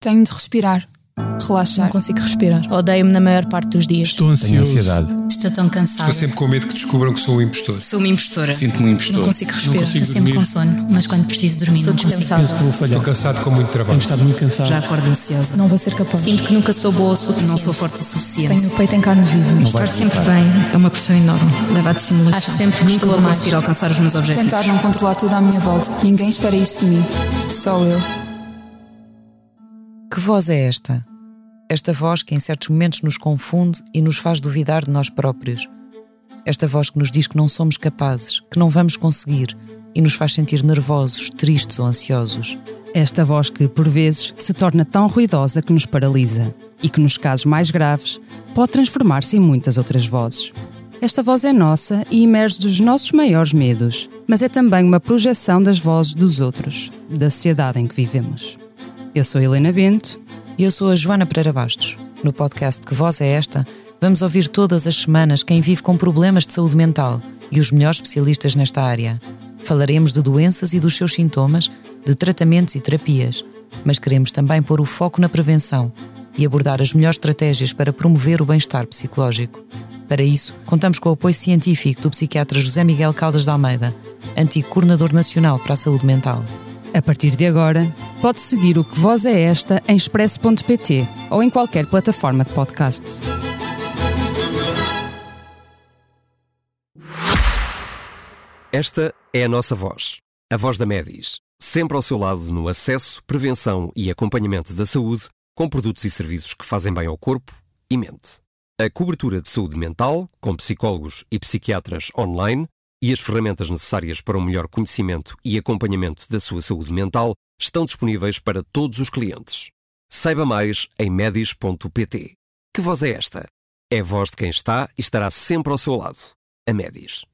Tenho de respirar, relaxar. Não consigo respirar. Odeio-me na maior parte dos dias. Estou Tenho ansioso. ansiedade. Estou tão cansada. Estou sempre com medo que descubram que sou um impostor. Sou uma impostora. Sinto-me um impostor. Não consigo respirar. consigo Estou sempre dormir. com sono, mas quando preciso dormir, Sou não consigo. dispensável. Penso que vou falhar. Estou cansado com muito Tenho trabalho. estado muito cansado. Já acordo ansiosa. Não vou ser capaz. Sinto que nunca sou boa o suficiente. Não sou forte o suficiente. Tenho o peito em carne viva. Vai Estar sempre voltar. bem é uma pressão enorme, leva a dissimulação. Acho sempre que Nunca nunca vou vou conseguir alcançar os meus objetivos. Tentar não controlar tudo à minha volta. Ninguém espera isto de mim. Só eu. Que voz é esta? Esta voz que em certos momentos nos confunde e nos faz duvidar de nós próprios. Esta voz que nos diz que não somos capazes, que não vamos conseguir e nos faz sentir nervosos, tristes ou ansiosos. Esta voz que, por vezes, se torna tão ruidosa que nos paralisa e que, nos casos mais graves, pode transformar-se em muitas outras vozes. Esta voz é nossa e emerge dos nossos maiores medos, mas é também uma projeção das vozes dos outros, da sociedade em que vivemos. Eu sou Helena Bento. E Eu sou a Joana Pereira Bastos. No podcast Que Voz é Esta, vamos ouvir todas as semanas quem vive com problemas de saúde mental e os melhores especialistas nesta área. Falaremos de doenças e dos seus sintomas, de tratamentos e terapias, mas queremos também pôr o foco na prevenção e abordar as melhores estratégias para promover o bem-estar psicológico. Para isso, contamos com o apoio científico do psiquiatra José Miguel Caldas de Almeida, antigo coordenador nacional para a saúde mental. A partir de agora, pode seguir o Que Voz é Esta em expresso.pt ou em qualquer plataforma de podcast. Esta é a nossa voz, a voz da Medis, sempre ao seu lado no acesso, prevenção e acompanhamento da saúde, com produtos e serviços que fazem bem ao corpo e mente. A cobertura de saúde mental, com psicólogos e psiquiatras online, e as ferramentas necessárias para um melhor conhecimento e acompanhamento da sua saúde mental estão disponíveis para todos os clientes. Saiba mais em medis.pt. Que voz é esta? É a voz de quem está e estará sempre ao seu lado. A Medis.